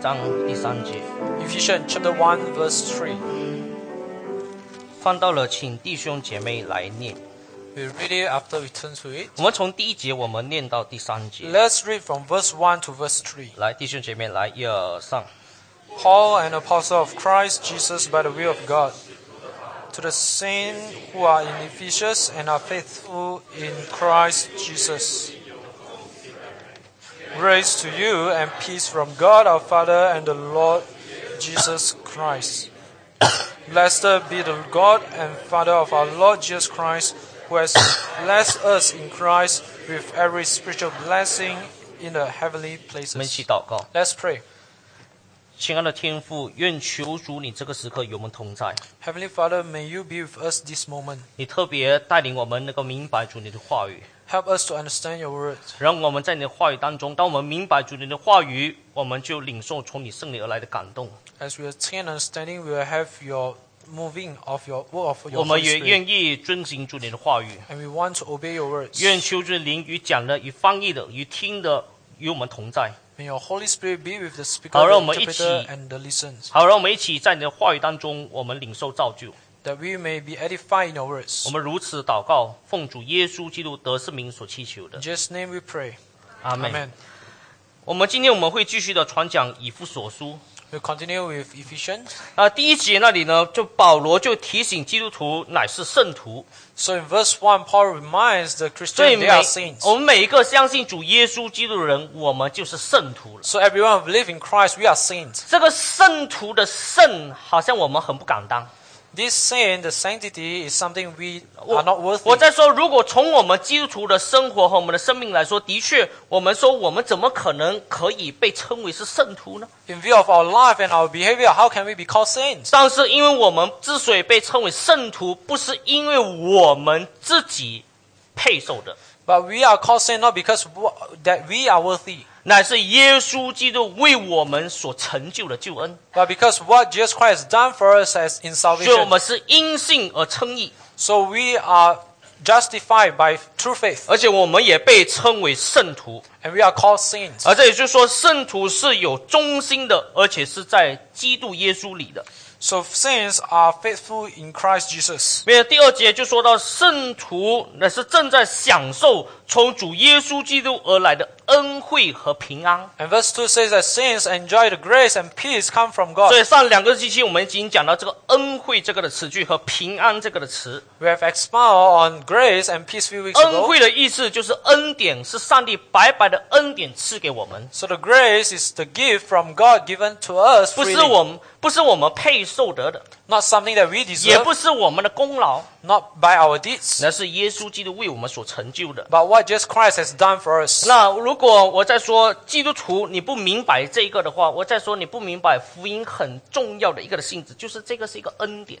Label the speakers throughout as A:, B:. A: 章第三节，
B: Ephesians chapter 1 verse 3.
A: 翻到了请弟兄姐妹来念。
B: We read it after we turn to it.
A: 我们从第一节我们念到第三节，
B: Let's read from verse 1 to verse 3.
A: 来，弟兄姐妹来，一二三，
B: Paul, an apostle of Christ Jesus by the will of God, to the saints who are in Ephesus and are faithful in Christ Jesus. Grace to you and peace from God our Father and the Lord Jesus Christ. Blessed be the God and Father of our Lord Jesus Christ, who has blessed us in Christ with every spiritual blessing in the heavenly
A: 我们一起
B: places.
A: 祷告。
B: Let's pray.
A: 亲爱的天父，愿求主你这个时刻与我们同在，
B: Heavenly Father, may you be with us this moment.
A: 你特别带领我们能够明白主你的话语，
B: Help us to understand your word.
A: 让我们在你的话语当中，当我们明白主你的话语，我们就领受从你圣灵而来的感动。
B: As we attain understanding, we will have your moving of your word of
A: 我
B: your
A: 们
B: Holy
A: 也
B: Spirit.
A: 愿意遵行主你的话语，
B: And we want to obey your words.
A: 愿修正灵与讲的、与翻译的、与听的与我们同在。
B: May your Holy Spirit be with the speaker,
A: 好，
B: the
A: 让我们一
B: interpreter,
A: 起
B: and the listeners,
A: 好，让我们一起在你的话语当中，我们领受造就。
B: that we may be edified in your
A: 我
B: words.
A: 们如此祷告，奉主耶稣基督得圣名所祈求的
B: In，Jesus' name we pray.
A: 阿门。
B: Amen.
A: 我们今天我们会继续的传讲以父所书。
B: We'll continue with Ephesians.
A: 啊，第一节那里呢，就保罗就提醒基督徒乃是圣徒，
B: So in verse 1, Paul reminds the
A: 所以
B: Christian
A: 每
B: they are saints.
A: 我们每一个相信主耶稣基督的人，我们就是圣徒了。
B: So everyone who believes in Christ, we are saints.
A: 这个圣徒的圣，好像我们很不敢当。
B: This saint, the sanctity, is something we
A: 我
B: are not worthy.
A: 我在说，如果从我们基督徒的生活和我们的生命来说，的确，我们说我们怎么可能可以被称为是圣徒呢？
B: In view of our life and our behavior, how can we be called saints?
A: 但是，因为我们之所以被称为圣徒，不是因为我们自己配受的，
B: But we are called saints not because wo- that we are worthy,
A: 乃是耶稣基督为我们所成就的救恩，
B: but because what Jesus Christ has done for us as in
A: 所以我
B: salvation.
A: 们是因信而称义，
B: So we are justified by true faith,
A: 而且我们也被称为圣徒。
B: and we are called saints.
A: 而这也就是说，圣徒是有忠心的，而且是在基督耶稣里的。
B: So saints are faithful in Christ Jesus.
A: 因为第二节就说到圣徒乃是正在享受从主耶稣基督而来的恩惠和平安。
B: And verse 2 says that saints enjoy the grace and peace come from
A: 所
B: God.
A: 以上两个星期我们已经讲到这个恩惠这个的词句和平安这个的词。
B: We have expounded on grace and peace a few weeks
A: 恩
B: ago.
A: 惠的意思就是恩典，是上帝白白的恩典赐给我们，
B: So the grace is the gift from God given to us
A: 不是我
B: freely,
A: 们不是我们配受得的，
B: not something that we
A: 也
B: deserve,
A: 不是我们的功劳，
B: not by our deeds.
A: 那是耶稣基督为我们所成就的。
B: But what Jesus Christ has done for us.
A: 那如果我在说基督徒你不明白这一个的话，我在说你不明白福音很重要的一个的性质，就是这个是一个恩典，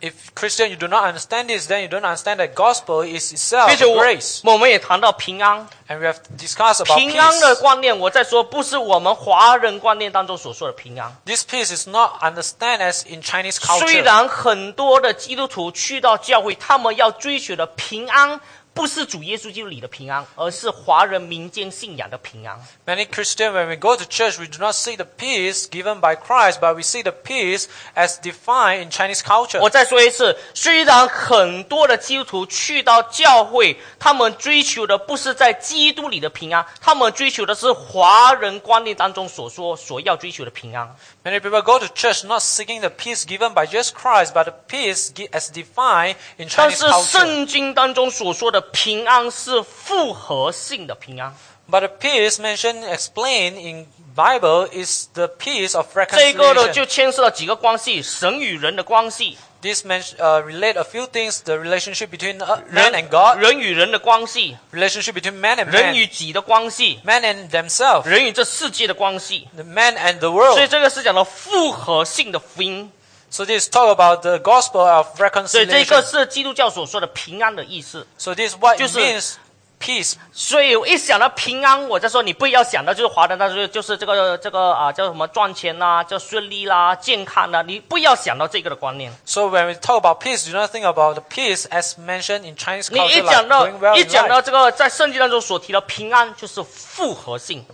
B: If Christian you do not understand this, then you don't understand that gospel is itself
A: 并且啊我
B: grace.
A: 我们也谈到平安，
B: And we have discussed about
A: 平安的
B: peace.
A: 观念，我在说不是我们华人观念当中所说的平安。
B: This peace is not understood as in Chinese
A: 虽
B: culture.
A: 然很多的基督徒去到教会，他们要追求的平安，不是主耶稣基督里的平安，而是华人民间信仰的平安。
B: Many Christians, when we go to church, we do not see the peace given by Christ, but we see the peace as defined in Chinese culture.
A: 我再说一次，虽然很多的基督徒去到教会，他们追求的不是在基督里的平安，他们追求的是华人观念当中所说所要追求的平安。
B: Many people go to church not seeking the peace given by Jesus Christ, but the peace gi- as defined in
A: 但
B: Chinese
A: 是
B: culture.
A: 圣经当中所说的平安是复合性的平安，
B: But the peace mentioned, explained in Bible is the peace of
A: 这个呢
B: reconciliation.
A: 就牵涉到几个关系：神与人的关系，
B: This men- uh, relate a few things: the relationship between uh,
A: 人
B: man and God,
A: 人与人的关系，
B: relationship between man and
A: 人
B: man,
A: 与己的关系，
B: man and themselves,
A: 人与这世界的关系。
B: the man and the
A: 所以
B: world.
A: 这个是讲到复合性的福音，
B: So this talk about the gospel of
A: 所以这个
B: reconciliation.
A: 是基督教所说的平安的意思。
B: So this what it
A: 就是-
B: means peace.
A: 所以我一想到平安，我在说你不要想到就是华人，那就是就是这个这个啊叫什么赚钱啦、叫顺利啦、健康啦，你不要想到这个的观念。
B: So when we talk about peace, do not think about the peace as mentioned in Chinese
A: 你
B: culture,
A: 一
B: like
A: 讲到
B: doing well
A: 一
B: in
A: 讲到
B: life.
A: 这个在圣经当中所提到平安，就是复合性。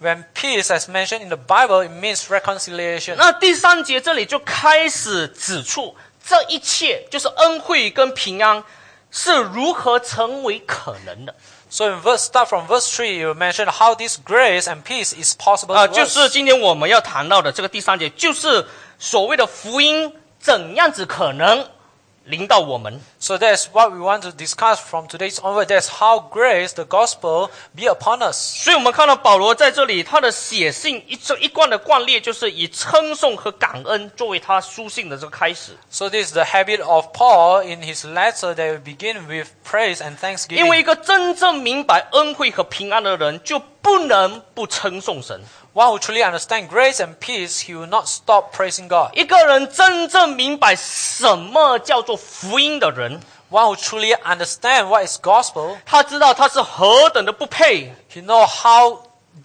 B: When peace, as mentioned in the Bible, it means reconciliation.
A: 那第三节这里就开始指出，这一切就是恩惠跟平安是如何成为可能的
B: So in verse start from verse three, you mentioned how this grace and peace is possible.
A: 啊、
B: to
A: 就
B: us.
A: 是今天我们要谈到的这个第三节，就是所谓的福音怎样子可能临到我们。
B: So that's what we want to discuss from today's onward. That's how grace, the gospel, be upon us.
A: 所以我们看到保罗在这里，他的写信一这一贯的惯例就是以称颂和感恩作为他书信的这个开始，
B: So this is the habit of Paul in his letter that we begin with praise and
A: 因
B: thanksgiving.
A: 为一个真正明白恩惠和平安的人，就不能不称颂神。
B: One who truly understands grace and peace, he will not stop praising God.
A: 一个人真正明白什么叫做福音的人，
B: One who truly understands what is gospel,
A: 他知道他是何等的不配，
B: he know how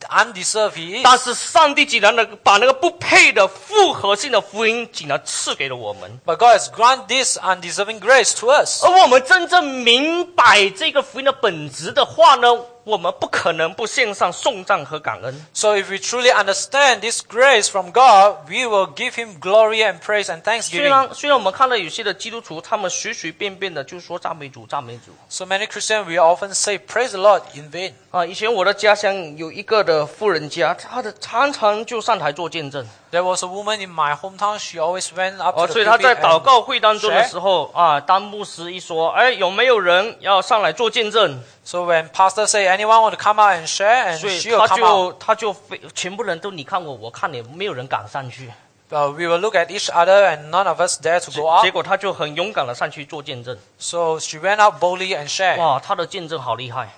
B: undeserved he is.
A: 但是上帝竟然能把那个不配的复合性的福音，竟然赐给了我们。
B: But God has granted this undeserving grace to us.
A: 而我们真正明白这个福音的本质的话呢，我们不可能不献上颂赞和感恩。
B: So if we truly understand this grace from God, we will give him glory and praise and
A: 虽
B: thanksgiving.
A: 然虽然我们看到有些的基督徒，他们随随便便的就说赞美主，赞美主。
B: So many Christians, we often say, praise the Lord in vain.
A: 啊，以前我的家乡有一个的富人家，他的常常就上台做见证。
B: There was a woman in my hometown, she always went up
A: 哦，
B: to
A: 所
B: the
A: 以他
B: pulpit
A: 在
B: and-
A: 祷告会当中的时候啊，当牧师一说，哎，有没有人要上来做见证？
B: So when pastor say, anyone want to come out and share, and
A: 所以
B: she
A: 他
B: will come out.
A: 就他就非全部人都你看我，我看你，没有人敢上去。
B: Uh, we will look at each other, and none of us dare to go
A: 结
B: up.
A: 果他就很勇敢的上去做见证，
B: So she went out boldly and shared.
A: 哇，他的见证好厉害！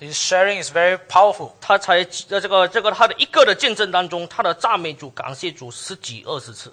B: His sharing is very powerful.
A: 他才在这个这个他的一个的见证当中，他的赞美主、感谢主十几二十次。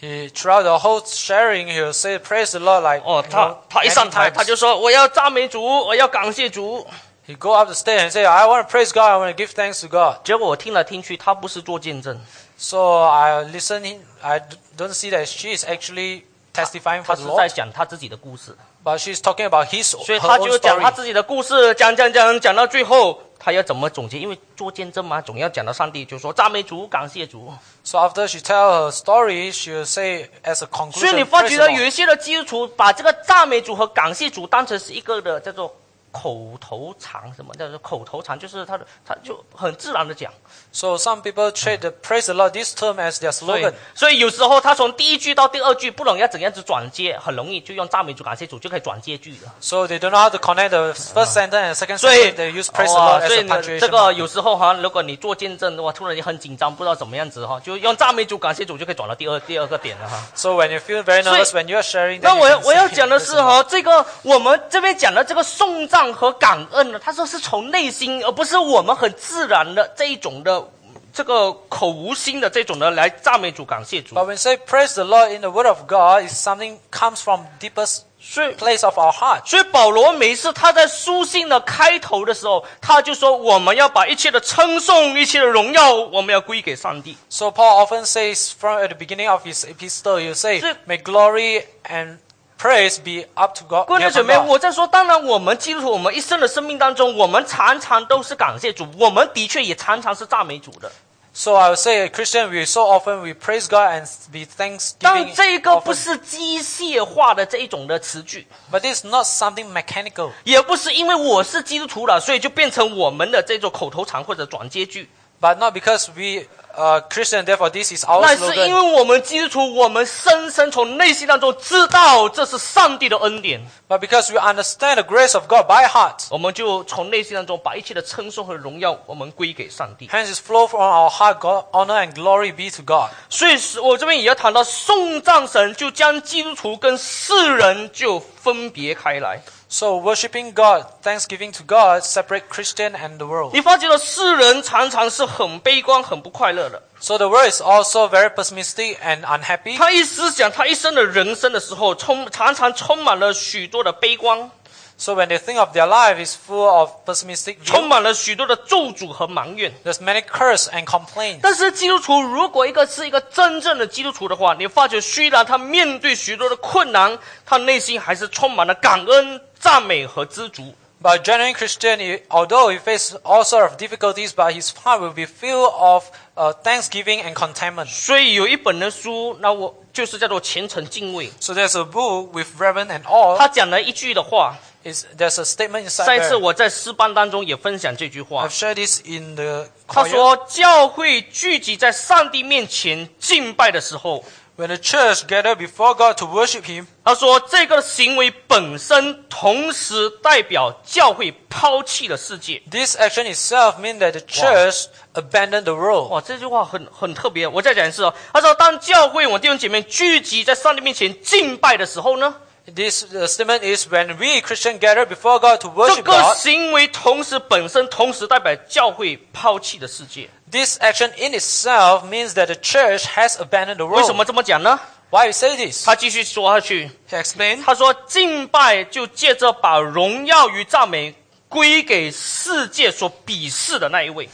B: He throughout the whole sharing, he will say, praise the Lord, like
A: 哦，
B: you
A: 他
B: know,
A: 他一
B: many
A: 上台他
B: times.
A: 就说我要赞美主，我要感谢主。
B: He go up the stage and say, I want to praise God, I want to give thanks to God.
A: 结果我听来听去，他不是做见证，
B: So I listen, in- I d- don't see that she is actually testifying
A: 他
B: for
A: 是
B: the Lord.
A: 在讲他自己的故事。
B: But she's talking about his
A: 所以
B: her
A: 他
B: own
A: 就讲他
B: story.
A: 自己的故事，讲讲讲讲到最后，他要怎么总结？因为做见证嘛，总要讲到上帝，就说赞美主，感谢主。
B: So after she tell her story, she will say as a
A: 所以
B: conclusion.
A: 你发
B: "Praise
A: 觉
B: the
A: 到
B: Lord."
A: 有一些的基督徒把这个赞美主和感谢主当成是一个的叫做口头禅，什么叫做口头禅？就是他的，他就很自然的讲。
B: So some people treat the praise the Lord this term as their
A: 所以
B: slogan.
A: 所以有时候他从第一句到第二句，不懂要怎样子转接，很容易就用赞美主、感谢主就可以转接句了。
B: So they don't know how to connect the first sentence and second
A: 所以
B: sentence. They use praise the
A: 哇
B: Lord as
A: 所以
B: Ah, a
A: 呢
B: punctuation.
A: 这个有时候哈，如果你做见证的话，突然你很紧张，不知道怎么样子哈，就用赞美主、感谢主就可以转到第二第二个点了哈。
B: So when you feel very nervous
A: 所以-
B: when you are sharing,
A: 那
B: then
A: 我
B: you
A: 要
B: can
A: 我要
B: say,
A: 讲的
B: "Praise
A: 是
B: the Lord."
A: 哈，这个我们这边讲的这个颂赞和感恩呢，它说是从内心，而不是我们很自然的这一种的这个口无心的这种的来赞美主、感谢主。
B: But when you say praise the Lord in the Word of God, it's something comes from deepest
A: 所以，
B: place of our heart.
A: 所以保罗每次他在书信的开头的时候，他就说我们要把一切的称颂、一切的荣耀，我们要归给上帝。
B: So Paul often says from at the beginning of his epistle, you say,
A: 所以-
B: "May glory and praise be up to God."
A: 各位
B: be
A: 姐
B: upon
A: 妹，
B: God."
A: 我在说，当然我们基督徒，我们一生的生命当中，我们常常都是感谢主，我们的确也常常是赞美主的。
B: So I would say, a Christian, we so often we praise God and be
A: 但
B: thanksgiving.
A: 这个不
B: often.
A: 是机械化的这一种的词句，
B: but it's not something mechanical.
A: 也不是因为我是基督徒了，所以就变成我们的这种口头禅或者转接句。
B: But not because we are Christian, therefore this is our
A: 那是因
B: slogan.
A: 为我们基督徒，我们深深从内心当中知道这是上帝的恩典，
B: But because we understand the grace of God by heart.
A: 我们就从内心当中把一切的称颂和荣耀，我们归给上帝。
B: Hence, it flow from our heart. God, honor and glory be to God.
A: 所以，我这边也要谈到送葬神，就将基督徒跟世人就分别开来。
B: So worshiping God, thanksgiving to God, separate Christian and the world.
A: 你发觉了，世人常常是很悲观、很不快乐的。
B: So the world is also very pessimistic and unhappy.
A: 他一思想他一生的人生的时候，充常常充满了许多的悲观，
B: So when they think of their life, it's full of pessimistic
A: 充
B: view.
A: 满了许多的咒诅和埋怨。
B: There's many curse and complaints.
A: 但是基督徒如果一个是一个真正的基督徒的话，你发觉虽然他面对许多的困难，他内心还是充满了感恩、赞美和知足。
B: But genuine Christian, he- although he faces all sort of difficulties, but his heart will be filled of uh, thanksgiving and contentment.
A: 所以有一本的书，那我就是叫做《虔诚敬畏》，
B: So there's a book with Reverend and all.
A: 他讲了一句的话。
B: It's, there's a statement
A: 上
B: inside
A: 一次
B: there.
A: 我在诗班当中也分享这句话
B: I've，shared this in the
A: 他
B: choir.
A: 说：“教会聚集在上帝面前敬拜的时候，
B: When the church gathered before God to worship Him,
A: 他说这个行为本身同时代表教会抛弃了世界。
B: this action itself means that the church abandoned the ” world.
A: 哇，这句话很很特别。我再讲一次哦，他说当教会我弟兄姐妹聚集在上帝面前敬拜的时候呢，
B: This uh, statement is when we Christian gather before God to
A: 这
B: worship
A: 个
B: God.
A: 行为同时本身同时代表教会抛弃的世界。
B: This action in itself means that the church has abandoned the
A: 为什么
B: world.
A: 这么讲呢？
B: Why you say this?
A: 他继续说下去。
B: He explained.
A: 他说：“敬拜就借着把荣耀与赞美归给世界所鄙视的那一位。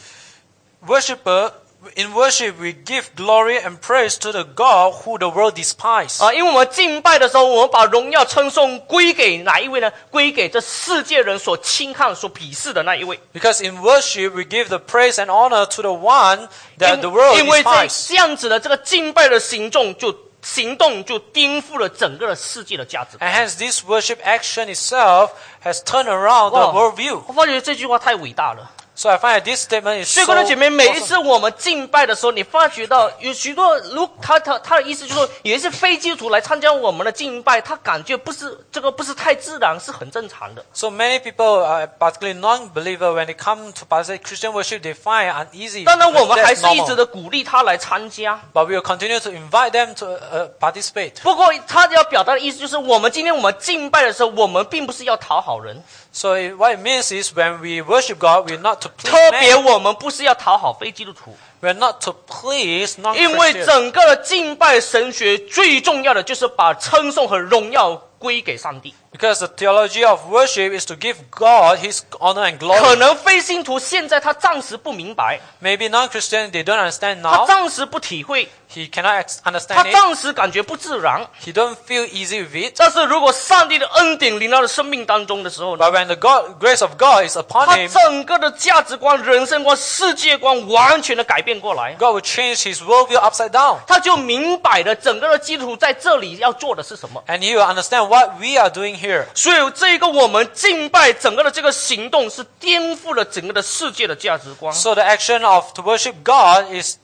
B: Worshipper, in worship we give glory and praise to the God who the world despises.
A: 啊，因为我们敬拜的时候，我们把荣耀称颂归给哪一位呢？归给这世界人所轻看、所鄙视的那一位。
B: Because in worship we give the praise and honor to the one
A: 因
B: that the world
A: 因为这
B: despises.
A: 这样子的这个敬拜的行动就，行动就颠覆了整个世界的价值。
B: And hence this worship action itself has turned around the
A: Wow.
B: worldview.
A: 我发觉这句话太伟大了。
B: So I find that this statement is
A: 所以，
B: so
A: 各位姐妹，每一
B: awesome.
A: 次我们敬拜的时候，你发觉到有许多，如他他他的意思就是说，有一些非基督徒来参加我们的敬拜，他感觉不是这个不是太自然，是很正常的。
B: So many people, uh, particularly non-believer, when they come to participate Christian worship, they find uneasy.
A: 当然，我
B: because
A: 们还
B: that's
A: 是一
B: normal.
A: 直的鼓励他来参加。
B: But we will continue to invite them to uh, participate.
A: 不过，他要表达的意思就是，我们今天我们敬拜的时候，我们并不是要讨好人，
B: So it, what it means is when we worship God, we're not to please
A: 特别
B: man.
A: 我们不是要讨好非基督徒，
B: We're not to please
A: 因为
B: non-Christians.
A: 整个的敬拜神学最重要的就是把称颂和荣耀归给上帝。
B: Because the theology of worship is to give God His honor and
A: 可
B: glory.
A: 能非信徒现在他暂时不明白，
B: Maybe non-Christian they don't understand
A: 他
B: now.
A: 暂时不体会，
B: He cannot ex-
A: 他
B: understand it.
A: 暂时感觉不自然。
B: He don't feel easy with it.
A: 但是如果上帝的恩典临到了生命当中的时候呢，
B: But when the God, grace of God is upon
A: 他
B: him,
A: 整个的价值观、人生观、世界观完全的改变过来，
B: God will change his worldview upside down.
A: 他就明白了整个的基督徒在这里要做的是什么。
B: And he will understand what we are doing here.
A: 所以，这个我们敬拜整个的这个行动是颠覆了整个的世界的价值观。
B: So the action of to worship God is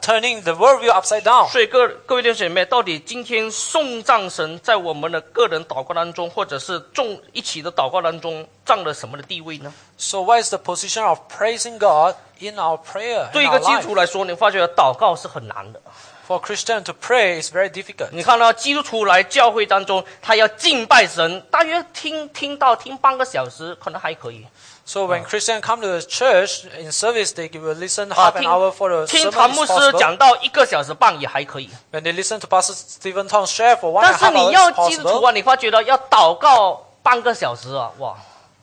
B: turning the worldview upside down.
A: 所以各各位弟兄姐妹，到底今天送葬神在我们的个人祷告当中，或者是众一起的祷告当中，占了什么的地位呢？
B: So what is the position of praising God in our prayer?
A: 对
B: In
A: 一个
B: our
A: 基督
B: life?
A: 徒来说，你发觉祷告是很难的。
B: For Christian to pray is very difficult.
A: 你看到基督徒来教会当中，他要敬拜神，大约听听到听半个小时，可能还可以
B: So when Christian come to the church in service, they will listen
A: 啊，
B: half an
A: 听
B: hour for the
A: 听
B: sermon
A: 唐牧
B: is
A: 师
B: possible.
A: 讲到一个小时半也还可以。
B: When they listen to Pastor Stephen Tong share for one
A: 但
B: and a
A: 是
B: half
A: 你
B: hours
A: 要
B: is
A: 基督徒
B: possible.
A: 啊，你发觉到要祷告半个小时啊，哇！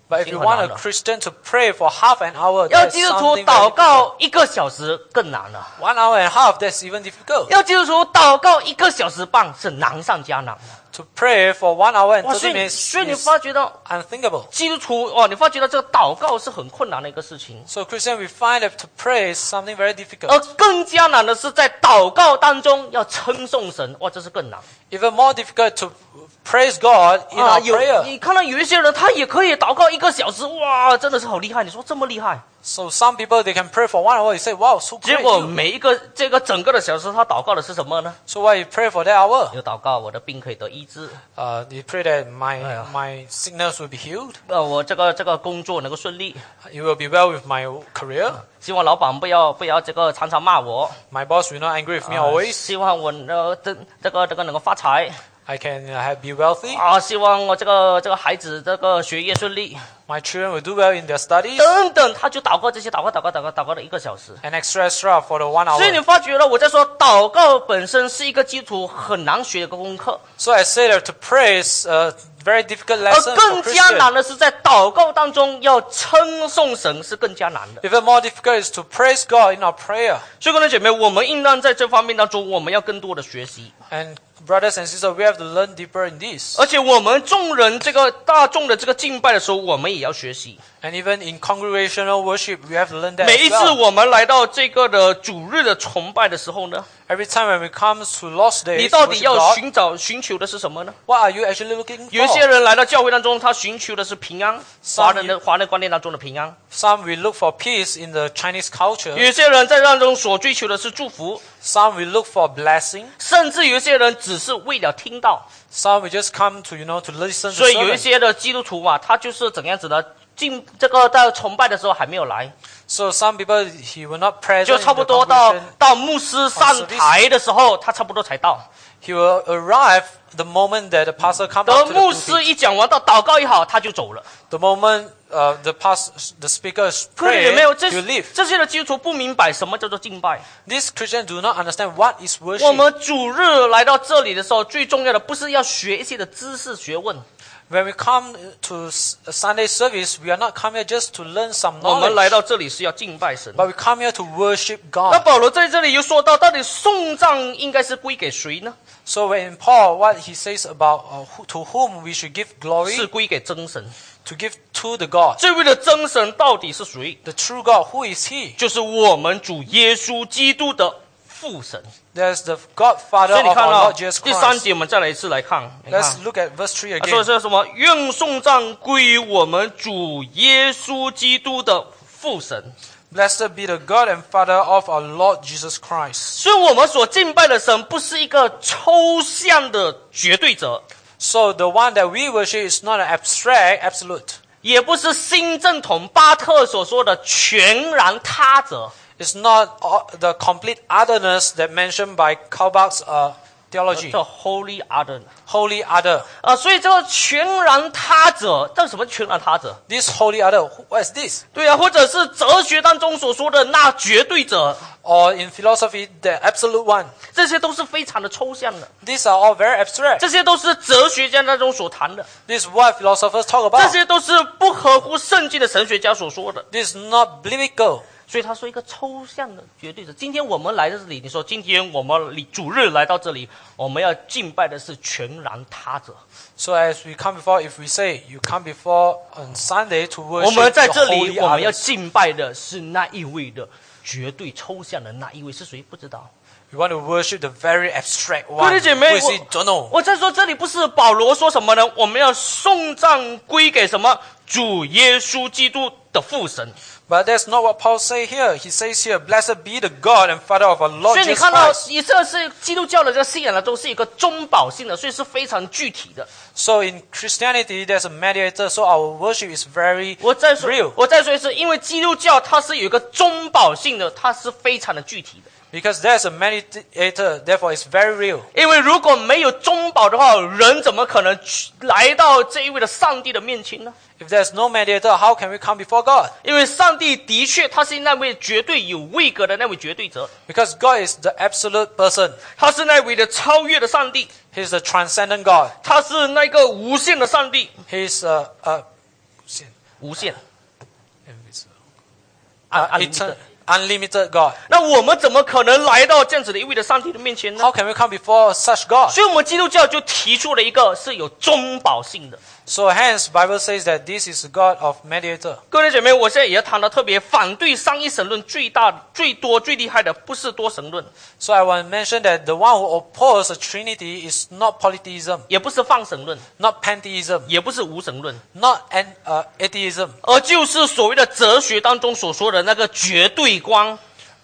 B: But if
A: 已经
B: you want a
A: 很难了。
B: Christian to pray for half an hour,
A: 要
B: that
A: 基
B: is
A: 督徒
B: something very
A: 祷
B: difficult.
A: 告一个小时更难了。
B: One hour and a half, that's even difficult.
A: 要基督徒祷告一个小时半是难上加难。啊
B: To pray for one hour and
A: 哇，所
B: thirty
A: 以
B: minutes
A: 所以你
B: is
A: 发觉到
B: unthinkable.
A: 基督徒哦，你发觉到这个祷告是很困难的一个事情。
B: So Christian, we find that to pray is something very
A: 而
B: difficult.
A: 更加难的是，在祷告当中要称颂神，哇，这是更难
B: Even more difficult to praise God in
A: 啊！
B: our
A: 有
B: prayer.
A: 你看到有一些人，他也可以祷告一个小时，哇，真的是好厉害！你说这么厉害，
B: So some people they can pray for one hour. You say, "Wow, so
A: 结
B: great!"
A: 果
B: you."
A: 每一个这个整个的小时，他祷告的是什么呢？
B: So why you pray for that hour?
A: 有祷告，我的病可以得医治，
B: Uh, you pray that my
A: Yeah.
B: my sickness will be healed.
A: 呃，我这个这个工作能够顺利，
B: It will be well with my career.
A: 希望老板不要不要这个常常骂我，
B: My boss will not angry with me
A: 呃
B: always.
A: 希望我呃这这个这个能够发财
B: I can uh, have, be wealthy.
A: 啊，希望我这个这个孩子这个学业顺利
B: My children will do well in their studies.
A: 等等，他就祷告这些祷告祷告祷告祷告了一个小时。
B: An extra extra for the one
A: 所以你
B: hour.
A: 发觉了，我在说祷告本身是一个基础很难学的一个功课，
B: So I say that to pray is a very difficult
A: 而
B: lesson for
A: 更加
B: Christian.
A: 难的是在祷告当中要称颂神是更加难的。
B: Even more difficult is to praise God in our prayer.
A: 所以，各位姐妹，我们应当在这方面当中，我们要更多的学习。
B: And Brothers and sisters, we have to learn deeper in this.
A: 而且我们众人这个大众的这个敬拜的时候，我们也要学习。
B: And even in congregational worship, we have to learn that
A: 每一
B: as
A: 次
B: well.
A: 我们来到这个的主日的崇拜的时候呢，
B: Every time when we come to Lost
A: 你
B: Days,
A: 到底
B: worship
A: 要
B: God,
A: 寻找寻求的是什么呢？
B: what are you actually looking
A: 有一些
B: for?
A: 人来到教会当中，他寻求的是啊平安，华人的
B: Some-
A: 华人观念当中的平安；
B: Some we look for peace in the Chinese culture.
A: 有些人在当中所追求的是祝福，
B: Some we look for blessing.
A: 甚至有一些人只是为了听到。
B: Some we just come to, you know, to listen to
A: 所以有一
B: sermon.
A: 些的基督徒啊，他就是怎样子的进这个到崇拜的时候还没有来，
B: So some people, he will not present
A: 就
B: in
A: 差不
B: the
A: 多到
B: congregation.
A: 到牧师上台的时候，他差不多才到。
B: He will arrive the moment that the pastor comes
A: 等
B: up to the
A: 牧师
B: pulpit.
A: 一讲完到祷告一好，他就走了。
B: The moment uh, the pas- the speaker
A: 可是有没有
B: prays,
A: 这
B: you leave.
A: 这些的基督徒不明白什么叫做敬拜？
B: These Christians do not understand what is
A: 我
B: worship.
A: 们主日来到这里的时候，最重要的不是要学一些的知识学问，
B: When we come to s- Sunday service, we are not come here just to learn some
A: 我们
B: knowledge,
A: 来到这里是要敬拜神。
B: but we come here to worship
A: 那
B: God.
A: 保罗在这里又说到，到底送葬应该是归给谁呢？
B: So when Paul, what he says about uh, who, to whom we should give glory,
A: 是归给真神。
B: to give to the God,
A: 这位的真神到底是谁？
B: the true God. Who is He?
A: 就是我们主耶稣基督的父神。
B: There's the God Father
A: 所以
B: of
A: 你
B: our
A: 看到
B: Lord Jesus
A: 第三
B: Christ.
A: 节，我们再来一次来看。你看
B: Let's look at verse three
A: 他说
B: again.
A: 是什么？愿颂赞归于我们主耶稣基督的父神。
B: Blessed be the God and Father of our Lord Jesus Christ.
A: 所以，我们所敬拜的神不是一个抽象的绝对者，
B: So the one that we worship is not an abstract absolute.
A: 也不是新正统巴特所说的全然他者，
B: It's not all- the complete otherness that mentioned by Kalbach's uh, theology,
A: 叫 Holy Other。
B: holy other.
A: 啊，所以这个全然他者，叫什么全然他者？
B: This holy other, wh- what is this?
A: 对啊，或者是哲学当中所说的那绝对者，
B: Or in philosophy, the absolute one.
A: 这些都是非常的抽象的，
B: These are all very abstract.
A: 这些都是哲学家当中所谈的，
B: This is what philosophers talk
A: 这
B: about.
A: 些都是不合乎圣经的神学家所说的。
B: This is not biblical.
A: 所以他说一个抽象的绝对者。今天我们来到这里，你说今天我们礼主日来到这里，我们要敬拜的是全然他者。
B: So as we come before, if we say you come before on Sunday to
A: 我
B: worship
A: 们在
B: the
A: 这里
B: holy
A: 我们要
B: others,
A: 敬拜的是那一位的绝对抽象的那一位是谁？不知道。
B: we want to worship the very abstract
A: 各
B: one.
A: 位
B: Who
A: 姐妹，
B: is he?
A: 我
B: Don't know.
A: 我在说这里不是保罗说什么呢？我们要送葬归给什么？主耶稣基督的父神。
B: But that's not what Paul say here. He says here, blessed be the God and Father of our Lord
A: 所以你
B: Jesus
A: 看到
B: Christ.
A: 以色列是基督教的这个信仰呢，都是一个中保性的，所以是非常具体的。
B: So in Christianity, there's a mediator. So our worship is very
A: 我再说
B: real
A: 我再说一次，因为基督教它是有一个中保性的，它是非常的具体的。
B: because there's a mediator. Therefore, it's very real.
A: 因为如果没有中保的话，人怎么可能去来到这一位的上帝的面前呢？
B: If there's no mediator, how can we come before God?
A: 因为上帝的确他是那位绝对有位格的那位绝对者。
B: Because God is the absolute person.
A: 他是那位的超越的上帝，
B: He's the transcendent God.
A: 他是那个无限的上帝，
B: He's uh, uh,
A: 无限
B: uh,
A: 啊
B: etern-，unlimited God.
A: 那我们怎么可能来到这样子的一位的上帝的面前呢？
B: How can we come before such God?
A: 所以，我们基督教就提出了一个是有中保性的。
B: So hence, Bible says that this is the God of mediator.
A: 各位姐妹，我现在也要谈到特别反对三一神论最大、最多、最厉害的不是多神论，
B: So I want to mention that the one who opposes the Trinity is not polytheism,
A: 也不是泛神论，
B: not pantheism,
A: 也不是无神论，
B: not an, uh, atheism,
A: 而就是所谓的哲学当中所说的那个绝对光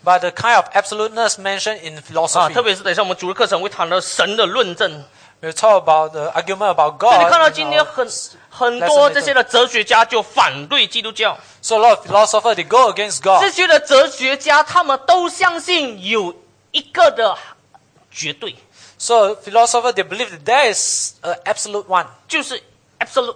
B: but the kind of absoluteness mentioned in
A: 啊。
B: philosophy.
A: 特别是等一下我们主日课程会谈到神的论证。
B: We'll talk about the argument about
A: 所以你看到
B: God.
A: 今
B: in
A: 天
B: our-
A: 很很多这些的哲学家就反对基督教，
B: so a lot of philosophers, they go against
A: 这
B: God.
A: 些的哲学家他们都相信有一个的绝对，
B: So philosophers, they believe that there is an absolute one.
A: 就是 absolute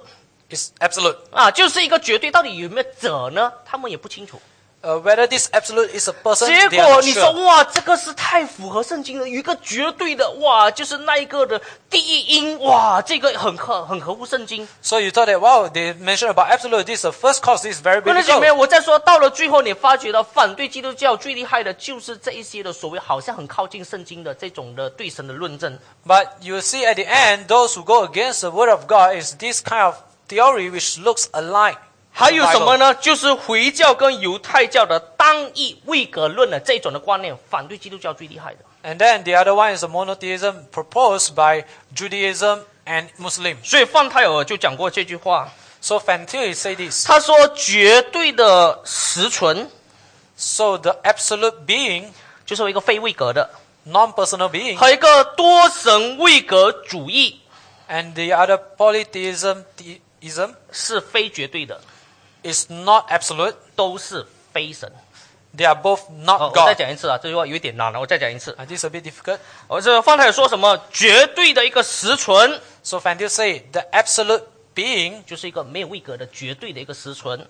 B: It's absolute.
A: 啊，就是一个绝对，到底有没有者呢？他们也不清楚。
B: Uh, whether this absolute is a person,
A: 结
B: they are
A: 果
B: not
A: 你说啊
B: sure.
A: 哇，这个是太符合圣经了，有一个绝对的哇，就是那一个的第一音哇，这个很合很合乎圣经。
B: So you thought that wow, they mentioned about absolute. This is the first cause. This is very
A: 弟兄姐
B: biblical.
A: 妹，我在说到了最后，你发觉到反对基督教最厉害的就是这一些的所谓好像很靠近圣经的这种的对神的论证。
B: But you see, at the end, those who go against the word of God is this kind of theory which looks alike.
A: 还有
B: The
A: 什
B: Bible.
A: 么呢？就是回教跟犹太教的单一位格论的这种的观念，反对基督教最厉害的。
B: And then the other one is the monotheism proposed by Judaism and Muslim.
A: 所以范泰尔就讲过这句话，
B: So Fantil say this.
A: 他说：“绝对的实存
B: So the absolute being,
A: 就是一个非位格的，
B: non-personal being,
A: 和一个多神位格主义
B: and the other polytheism theism
A: 是非绝对的，
B: is not absolute.
A: 都是非神。
B: They are both
A: 哦
B: not
A: 我再
B: God.
A: 讲一次啊，这句话有一点难了，我再讲一次。
B: Uh, this is a bit difficult.
A: 我这范泰尔说什么？绝对的一个实存，
B: So Fantil say the absolute being,
A: 就是一个没有位格的绝对的一个实存，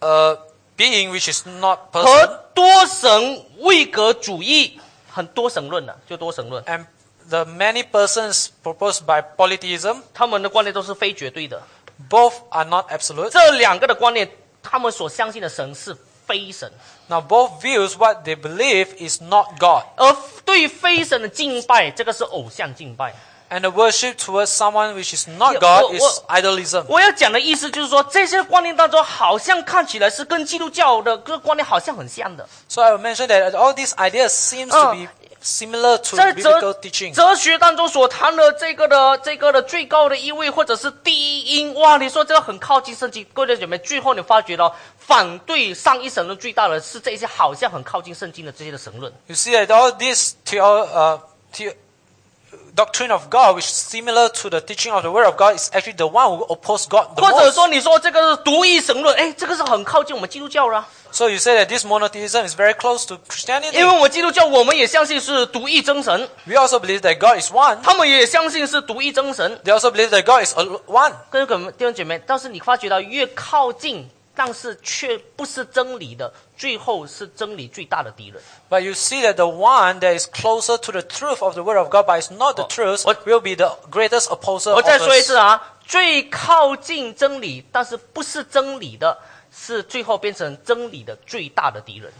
B: a being which is not person.
A: 和多神位格主义，很多神论的、就多神论，
B: and the many persons proposed by polytheism,
A: 他们的观念都是非绝对的。
B: both are not absolute.
A: 这两个的观念，他们所相信的神是非神，
B: Now, both views what they believe is not God,
A: 而对非神的敬拜，这个是偶像敬拜。
B: and the worship towards someone which is not
A: Yeah,
B: God
A: wha-
B: is
A: wha-
B: idolism.
A: 我要讲的意思就是说，这些观念当中，好像看起来是跟基督教的这个观念好像很像的。
B: So I will mention that all these ideas seems
A: Uh,
B: to be similar to
A: 在
B: biblical
A: 哲
B: teaching.
A: 哲学当中所谈的这个的这个的最高的意位，或者是第一音，哇，你说这个很靠近圣经。各位姐妹，最后你发觉到，反对上一神论最大的是这些好像很靠近圣经的这些的神论。
B: You see that all this theo- uh, the- doctrine of God, which is similar to the teaching of the Word of God, is actually the one who oppose God the
A: 或者
B: most.
A: 说，你说这个是独一神论，哎，这个是很靠近我们基督教啊啦、
B: So you say that this monotheism is very close to Christianity.
A: 因为我们基督教，我们也相信是独一真神，
B: We also believe that God is one.
A: 他们也相信是独一真神。
B: They also believe that God is al- one.
A: 各位哥们弟兄姐妹，但是你发觉到越靠近，但是却不是真理的，最后是真理最大的敌人。
B: But you see that the one that is closer to the truth of the Word of God, but is not the
A: Oh,
B: truth,
A: what-
B: will be the greatest opposer
A: 我
B: of
A: 再说一
B: us.
A: 次啊，最靠近真理，但是不是真理的，是最后变成真理的最大的敌人。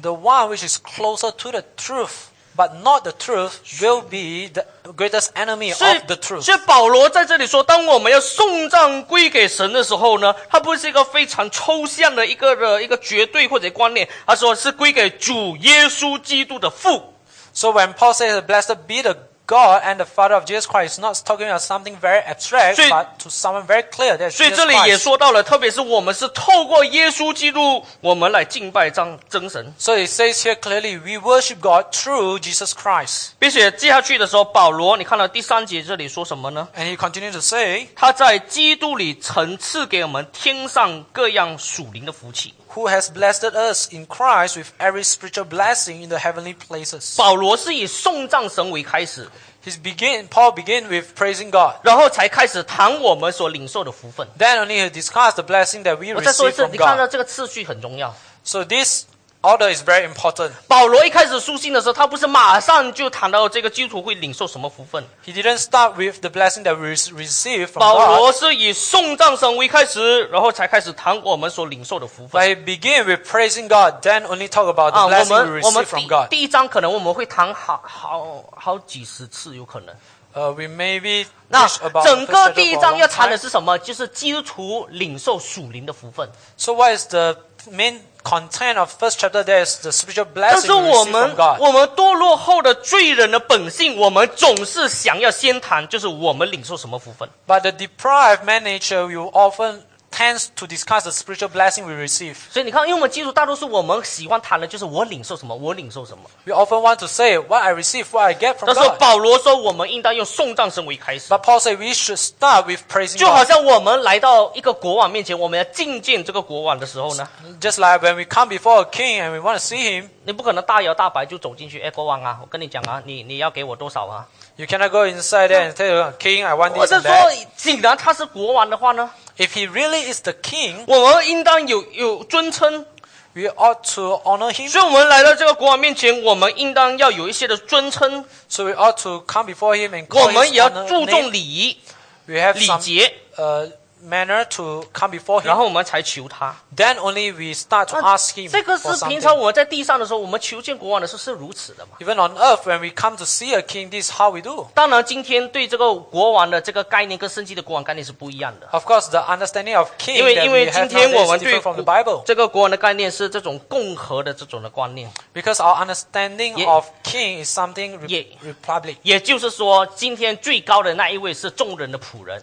B: The one which is closer to the truth, but not the truth, will be the greatest enemy
A: 所以
B: of the，truth.
A: 所以保罗在这里说，当我们要送葬归给神的时候呢，他不是一个非常抽象的一个呃的一个绝对或者观念，他说是归给主耶稣基督的父。
B: So when Paul says, Blessed be the God and the Father of Jesus Christ, he's not talking about something very abstract,
A: 所以-
B: but to someone very clear. That's
A: 所以
B: Jesus
A: 这里也
B: Christ.
A: 说到了，特别是我们是透过耶稣基督，我们来敬拜真真神。
B: So it says here clearly, we worship God through Jesus Christ.
A: 并且接下去的时候，保罗，你看到第三节这里说什么呢？
B: And he continues to say,
A: 他在基督里曾赐给我们天上各样属灵的福气。
B: who has blessed us in Christ with every spiritual blessing in the heavenly places.
A: 保罗是以送葬神为开始，
B: He's begin, Paul began with praising God.
A: 然后才开始谈我们所领受的福分。
B: Then only he discussed the blessing that we
A: 我再说一
B: receive
A: 次，
B: from
A: 你看到
B: God.
A: 这个次序很重要。
B: So this order is very important.
A: 保罗一开始书信的时候，他不是马上就谈到这个基督徒会领受什么福分。
B: He didn't start with the blessing that we re- receive from
A: 保
B: God,
A: 罗是以送葬神为开始，然后才开始谈我们所领受的福分。
B: but he began with praising God. Then only talk about the
A: 啊，我
B: blessing we
A: 们我们
B: receive from
A: 第
B: God.
A: 第一章可能我们会谈好好好几十次，有可能。
B: Uh, we maybe
A: 那
B: teach about
A: 整
B: the
A: 个
B: first
A: 第一
B: chapter for a
A: 章
B: long
A: 要谈的
B: time.
A: 是什么？就是基础领受属灵的福分。
B: So what is the main content of first chapter? There is the spiritual
A: 但是
B: blessing we
A: 我
B: receive
A: 们
B: from God.
A: 我们堕落后的罪人的本性，我们总是想要先谈，就是我们领受什么福分。
B: But the deprived man nature will often tends to discuss the spiritual blessing we receive.
A: 所以你看，因为我们基础大多数我们喜欢谈的就是我领受什么，我领受什么。
B: We often want to say what I receive, what I get from
A: 但是
B: God.
A: 保罗说，我们应当用送葬神为开始，
B: But Paul said we should start with praising
A: 就好
B: God.
A: 像我们来到一个国王面前，我们要觐见这个国王的时候呢，
B: Just like when we come before a king and we want to see him,
A: 你不可能大摇大摆就走进去，哎，国王啊，我跟你讲啊，你你要给我多少啊？
B: you cannot go inside there and tell him, King, I want
A: 我是
B: this and
A: 说
B: that.，
A: 既然他是国王的话呢，
B: If he really is the king,
A: 我们应当有有尊称，
B: we We ought to honor him.
A: 所以，我们来到这个国王面前，我们应当要有一些的尊称，
B: So we ought to come before him and
A: 我
B: call
A: 们
B: his
A: 也要
B: honor
A: 注
B: name.
A: 重礼仪、
B: We have
A: 礼
B: some
A: 节，
B: uh, manner to come before
A: 然
B: him.
A: 后我们才求他。啊
B: Then only we start to ask him
A: 这个
B: for
A: 是平常
B: something.
A: 我们在地上的时候，我们求见国王的时候是如此的嘛？
B: Even on earth, when we come to see a king, this is how we do.
A: 当然，今天对这个国王的这个概念跟圣经的国王概念是不一样的。
B: Of course, the understanding of king
A: 因为
B: that
A: 因
B: we
A: 为今
B: have
A: 天我
B: nowadays
A: 们
B: is
A: 对
B: different from the Bible.
A: 这个国王的概念是这种共和的这种的观念，
B: Because our understanding
A: Yeah.
B: of king is something re-
A: Yeah.
B: republic.
A: 也就是说，今天最高的那一位是众人的仆人。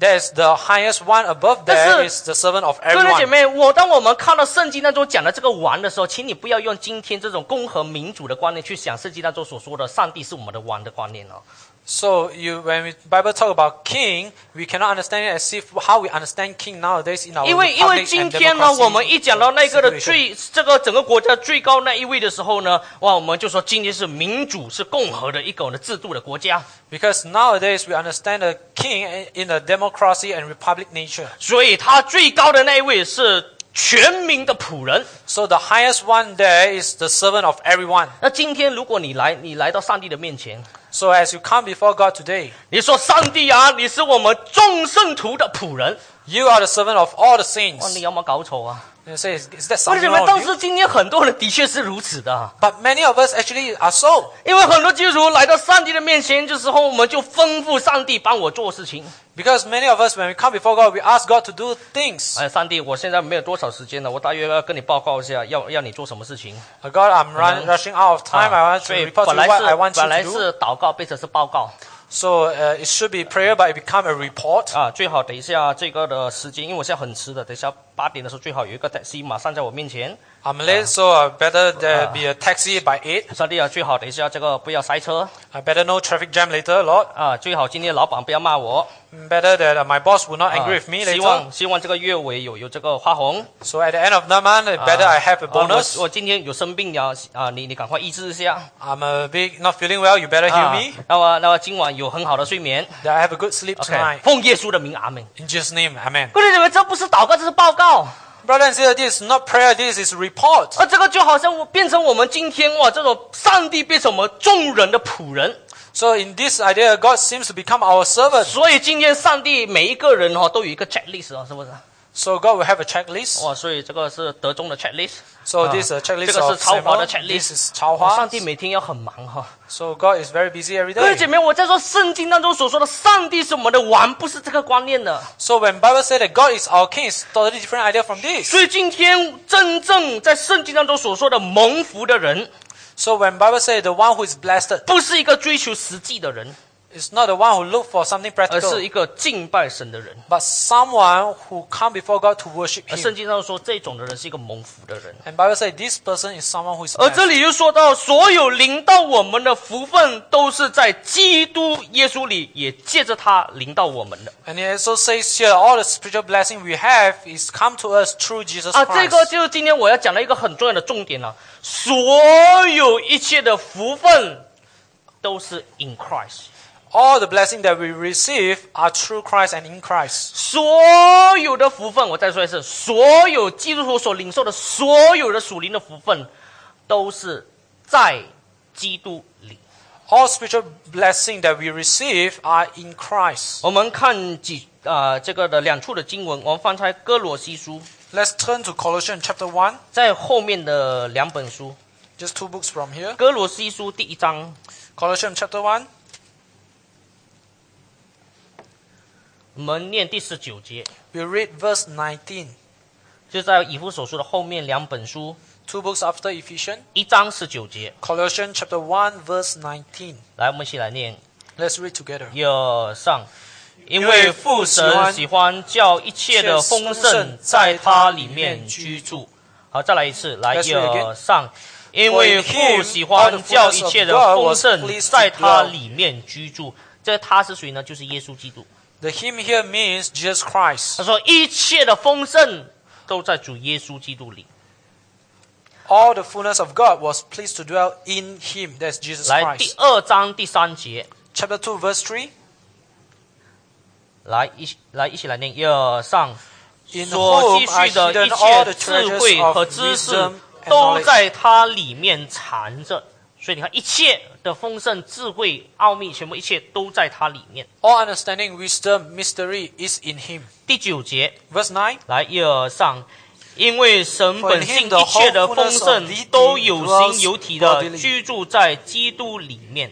B: There's the highest one above there
A: 但是-
B: is the servant of
A: 各位姐
B: everyone.
A: 妹，我当我们看到圣经当中讲的这个王的时候，请你不要用今天这种共和民主的观念去想圣经当中所说的上帝是我们的王的观念哦。
B: So you, when we Bible talk about king, we cannot understand it as if how we understand king nowadays in our
A: 因为因为
B: republic
A: 今
B: and
A: 天呢，我们
B: democracy
A: 一讲到那个的
B: situation.
A: 最这个整个国家最高那一位的时候呢，哇，我们就说今天是民主是共和的一种的制度的国家，
B: Because nowadays we understand a king in a democracy and republic nature.
A: 所以他最高的那一位是全民的仆人。
B: So the highest one there is the servant of everyone.
A: 那今天如果你来，你来到上帝的面前，
B: So as you come before God today,
A: 你说上帝啊，你是我们众圣徒的仆人，
B: you are the servant of
A: 哇，
B: all the
A: 你
B: saints.
A: 有没有搞错啊？
B: You say, is, is that
A: 我姐
B: something
A: 妹，
B: wrong
A: 但
B: with you?
A: 是今天很多人的确是如此的啊，
B: But many of us actually are so.
A: 因为很多基督徒来到上帝的面前的时候，我们就吩咐上帝帮我做事情。
B: Because many of us, when we come before God, we ask God to do things.
A: 哎，上帝，我现在没有多少时间了，我大约要跟你报告一下，要要你做什么事情。
B: "Oh God, I'm run, rushing out of time. I
A: 啊
B: want
A: 所
B: to
A: 以
B: report to
A: 本
B: you
A: 来
B: what I
A: 是
B: want
A: 本
B: you
A: 来
B: to do.
A: 是祷告，变成是报告
B: So uh, it should be prayer, but it become a report.
A: 啊。最好等一下这个的时间，因为我现在很迟的，等一下八点的时候最好有一个 taxi 马上在我面前。
B: I'm late, so uh, better there be a taxi by 8.
A: 上帝啊，最好等一下这个不要塞车
B: I better no traffic jam later, Lord.
A: 啊，最好今天老板不要骂我。
B: Better that uh, my boss will not
A: 啊
B: angry with me
A: 希
B: later.
A: 望希望这个月尾有有这个花红。
B: So at the end of the month, uh, better
A: Ah,
B: I have a
A: 啊
B: bonus.
A: 我我今天有生病呀啊，你你赶快医治一下。
B: I'm a big not feeling well. You better
A: 啊
B: heal me.，
A: 那么那么今晚有很好的睡眠。
B: That I have a good sleep
A: OK，
B: tonight.
A: 奉耶稣的名，阿门。
B: In Jesus' name, Amen.
A: 各位你们这不是祷告，这是报告。啊
B: Brother and sister, this is not prayer. This is report.
A: 而这个就好像我变成我们今天哇，这种上帝变成我们众人的仆人。
B: So in this idea, God seems to become our servant.
A: 所以今天上帝每一个人哦都有一个 checklist 哦，是不是？
B: So God will have a checklist.
A: 哇，所以这个是德中的 checklist。
B: So
A: 啊
B: this is a
A: 这
B: checklist
A: 个
B: of
A: 是超华
B: Samuel.
A: 的 checklist。Oh,
B: This is Chao
A: 哇上帝
B: Hua.
A: 每天要很忙哈、
B: So God is very busy every
A: 各位姐
B: day.
A: 妹，我在说圣经当中所说的上帝是我们的王，不是这个观念的。
B: So when Bible said that God is our king, it's totally different idea from this.
A: 所以今天真正在圣经当中所说的蒙福的人，
B: So when Bible said the one who is blessed,
A: 不是一个追求实际的人，
B: it's not the one who look for something
A: 而是
B: practical,
A: 一个敬拜神的人。
B: but someone who come before God to worship
A: 而
B: Him.
A: 圣经上说，这种的人是一个蒙福的人。
B: And Bible says this person is someone who is
A: 而
B: blessed.
A: 这里又说到，所有临到我们的福分，都是在基督耶稣里，也借着他临到我们的。
B: And it also says here all the spiritual blessing we have is come to us through Jesus
A: 啊，这
B: Christ.
A: 个就是今天我要讲的一个很重要的重点了、所有一切的福分，都是 in Christ。
B: All the blessing that we receive are through Christ and in Christ.
A: 所有的福分，我再说一次，所有基督徒所领受的所有的属灵的福分，都是在基督里。
B: All spiritual blessing that we receive are in Christ.
A: 我们看几啊、这个的两处的经文，我们翻开哥罗西书，
B: Let's turn to Colossians chapter 1,
A: 在后面的两本书，
B: just two books from here.
A: 哥罗西书第一章，
B: Colossians chapter 1,
A: 我们念第十九节，
B: we read verse 19.
A: 就在以父所书的后面两本书，
B: Two books after Ephesians.
A: 一章十九节，
B: Colossians chapter 1, verse 19.
A: 来，我们一起来念。
B: Let's read together.
A: 一二上，因为父神喜欢叫一切的丰盛在他里面居住。好，再来一次，来
B: Let's
A: 一
B: read again.
A: 二上，因为父喜欢叫一切的丰盛在他里面居住。这他是谁呢？就是耶稣基督。
B: The hymn here means Jesus Christ.
A: 他说，一切的丰盛都在主耶稣基督里。
B: All the fullness of God was pleased to dwell in him. That's Jesus
A: 来，第
B: Christ.
A: 二章第三节，
B: Chapter 2, verse 3.
A: 来一起来一起来念一二上。
B: In
A: 所
B: whom
A: 积
B: are
A: 蓄的
B: hidden
A: 一
B: all the
A: 切智
B: treasures
A: 慧
B: of
A: 和知识
B: wisdom and
A: 都
B: knowledge.
A: 在它里面藏着。所以你看，一切的丰盛、智慧、奥秘，全部一切都在它里面。
B: All understanding, wisdom, mystery is in him.
A: 第九节，
B: Verse 9.
A: 来一二三，因为神
B: For in
A: 本
B: him
A: 性
B: the
A: 一切的
B: whole
A: 丰
B: fullness of
A: 盛
B: deity
A: 都有
B: dwells
A: 形有体的
B: bodily.
A: 居住在基督里面。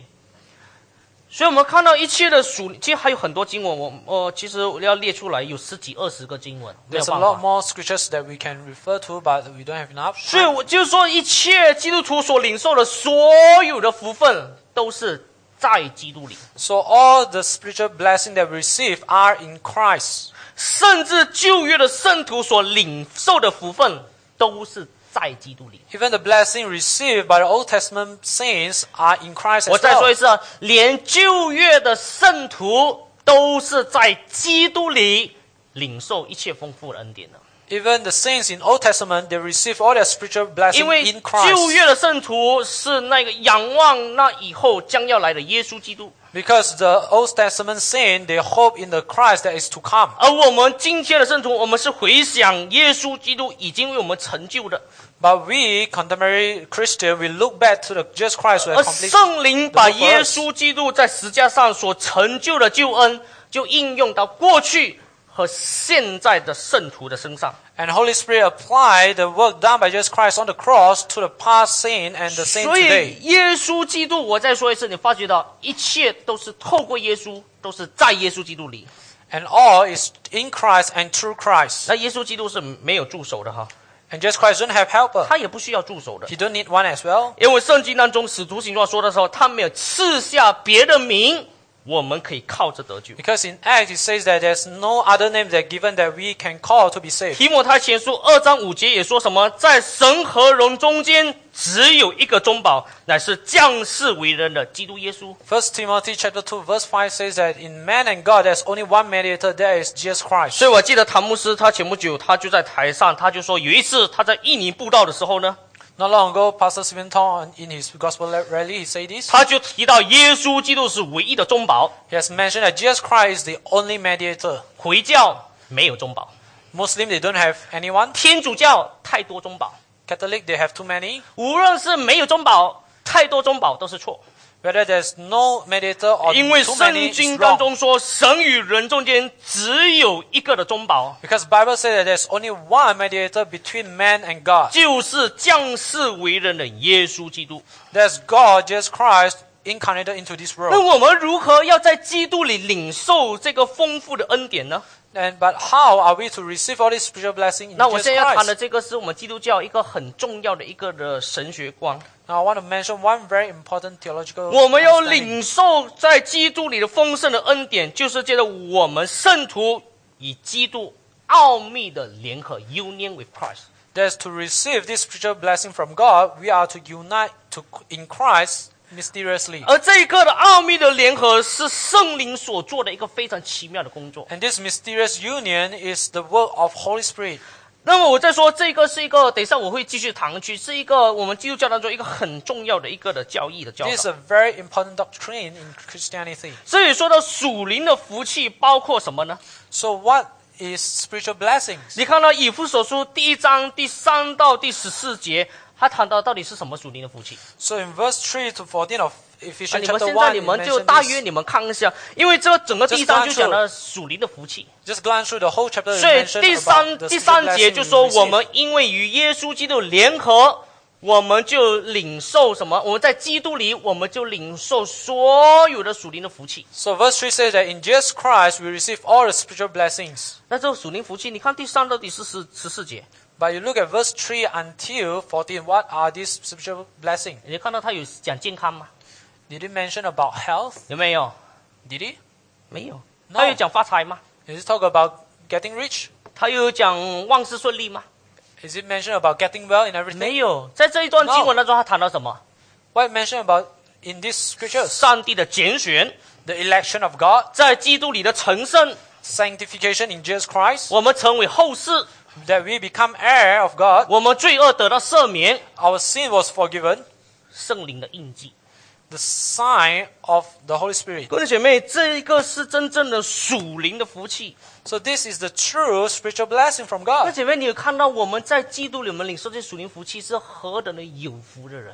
A: 所以我们看到一切的属，其实还有很多经文，我我其实我要列出来有十几二十个经文，没有
B: There's a
A: 办法
B: lot。more scriptures that we can refer to, but we don't have enough.
A: 所以
B: time.
A: 我就是说，一切基督徒所领受的所有的福分，都是在基督里，
B: So all the spiritual blessing that we receive are in Christ.
A: 甚至旧约的圣徒所领受的福分，都是在基督里。
B: Even the blessing received by the Old Testament saints are in Christ
A: 我
B: as
A: 再说一
B: well.
A: 次啊，连旧约的圣徒都是在基督里领受一切丰富的恩典啊的，
B: Even the saints in Old Testament, they receive all their spiritual blessing
A: 因为
B: in
A: 旧
B: Christ.
A: 约的圣徒是那个仰望那以后将要来的耶稣基督，
B: Because the Old Testament saint, they hope in the Christ that is to come.
A: 而我们今天的圣徒，我们是回想耶稣基督已经为我们成就的，
B: But we, contemporary Christian, we look back to the just Christ who
A: 而
B: has completed
A: 圣灵把耶稣基督在十字架上所成就的救恩，就应用到过去和现在的圣徒的身上。
B: And Holy Spirit apply the work done by Jesus Christ on the cross to the past saint and the saint
A: 所以
B: today.
A: 耶稣基督，我再说一次，你发觉到一切都是透过耶稣，都是在耶稣基督里。
B: And all is in Christ and through Christ.
A: 那耶稣基督是没有助手的哈，
B: And Jesus Christ don't have helper.
A: 他也不需要助手的，
B: He don't need one as well.
A: 因为圣经当中使徒行传说的时候，他没有赐下别的名，我们可以靠着得救。
B: Because in Acts it says that there's no other name that given that we can call to be saved.
A: 提摩太前书二章五节也说什么，在神和人中间只有一个中保，乃是降世为人的基督耶稣。
B: First Timothy chapter two verse five says that in man and God there's only one mediator, that is Jesus Christ.
A: 所以我记得唐牧师他前不久他就在台上，他就说有一次他在印尼布道的时候呢，
B: Not long ago, Pastor Stephen Tong in his gospel rally he said this.
A: 他就提到耶稣基督是唯一的中保，
B: He has mentioned that Jesus Christ is the only mediator.
A: 回教没有中保，
B: Muslim they don't have anyone.
A: 天主教太多中保，
B: Catholic they have too many.
A: 无论是没有中保，太多中保都是错，
B: Whether there's no mediator or
A: 因为
B: too many
A: 圣
B: is
A: 经
B: wrong.
A: 当中说神与人中间只有一个的中保，
B: Because Bible says that there's only one mediator between man and God.
A: 就是降世为人的耶稣基督。
B: There's God, Jesus Christ, incarnated into this
A: 那
B: world.
A: 我们如何要在基督里领受这个丰富的恩典呢？
B: And but how are we to receive all this spiritual blessing in
A: 那我
B: Jesus
A: 现在要谈的
B: Christ?
A: 这个是我们基督教一个很重要的一个的神学观。
B: Now I want to mention one very important theological
A: 我们要
B: understanding.
A: 领受在基督里的丰盛的恩典，就是借着我们圣徒与基督奥秘的联合 （union with Christ）。
B: There's to receive this spiritual blessing from God, we are to unite to in Christ mysteriously.
A: 而这一个的奥秘的联合是圣灵所做的一个非常奇妙的工作。
B: And this mysterious union is the work of Holy Spirit.
A: 那么我再说，这个是一个，等一下我会继续谈去，是一个我们基督教当中一个很重要的一个的教义的教导
B: This is。a very important doctrine in Christianity.
A: 所以说到属灵的福气包括什么呢？
B: So what is spiritual blessings?
A: 你看到以弗所书第一章第三到第十四节，他谈到到底是什么属灵的福气。
B: So in verse 3 to 14 of
A: 啊，
B: Ephesians
A: 你们
B: chapter
A: 现在
B: 1,
A: 你
B: it
A: 们就
B: mentioned
A: 大约
B: this.
A: 你们看一下，因为这整个第一章就讲了属灵的福气，
B: Just glance through the whole chapter, it
A: 所以
B: mentioned
A: 第
B: about
A: 三
B: the
A: 第
B: spiritual
A: 三
B: blessing
A: 节
B: we
A: 就说我
B: receive.
A: 们因为与耶稣基督联合，我们就领受什么？我们在基督里，我们就领受所有的属灵的福气。
B: So verse 3 says that in Jesus Christ we receive all the spiritual blessings.
A: 那这个属灵福气，你看第三到第十四十四节，
B: But you look at verse 3 until 14, what are these spiritual blessings?
A: 你看到他有讲健康吗？
B: Did he mention about health?
A: 有没有？
B: Did he?
A: 没有。
B: No
A: 他有讲发财吗？
B: Did he talk about getting rich?
A: 他有讲万事顺利吗？
B: Is it mentioned about getting well in everything?
A: 没有，在这一段经文当中，他谈到什么？
B: What mentioned about in these scriptures?
A: 上帝的拣选，
B: The election of God,
A: 在基督里的成圣，
B: sanctification in Jesus Christ,
A: 我们成为后世，
B: that we become heir of God,
A: 我们罪恶得到赦免，
B: our sin was forgiven,
A: 圣灵的印记。
B: the sign of the Holy Spirit.
A: 各位姐妹，这一个是真正的属灵的福气。
B: So this is the true spiritual blessing from
A: 各位
B: God.
A: 姐妹，你有看到我们在基督里面领受这属灵福气是何等的有福的人？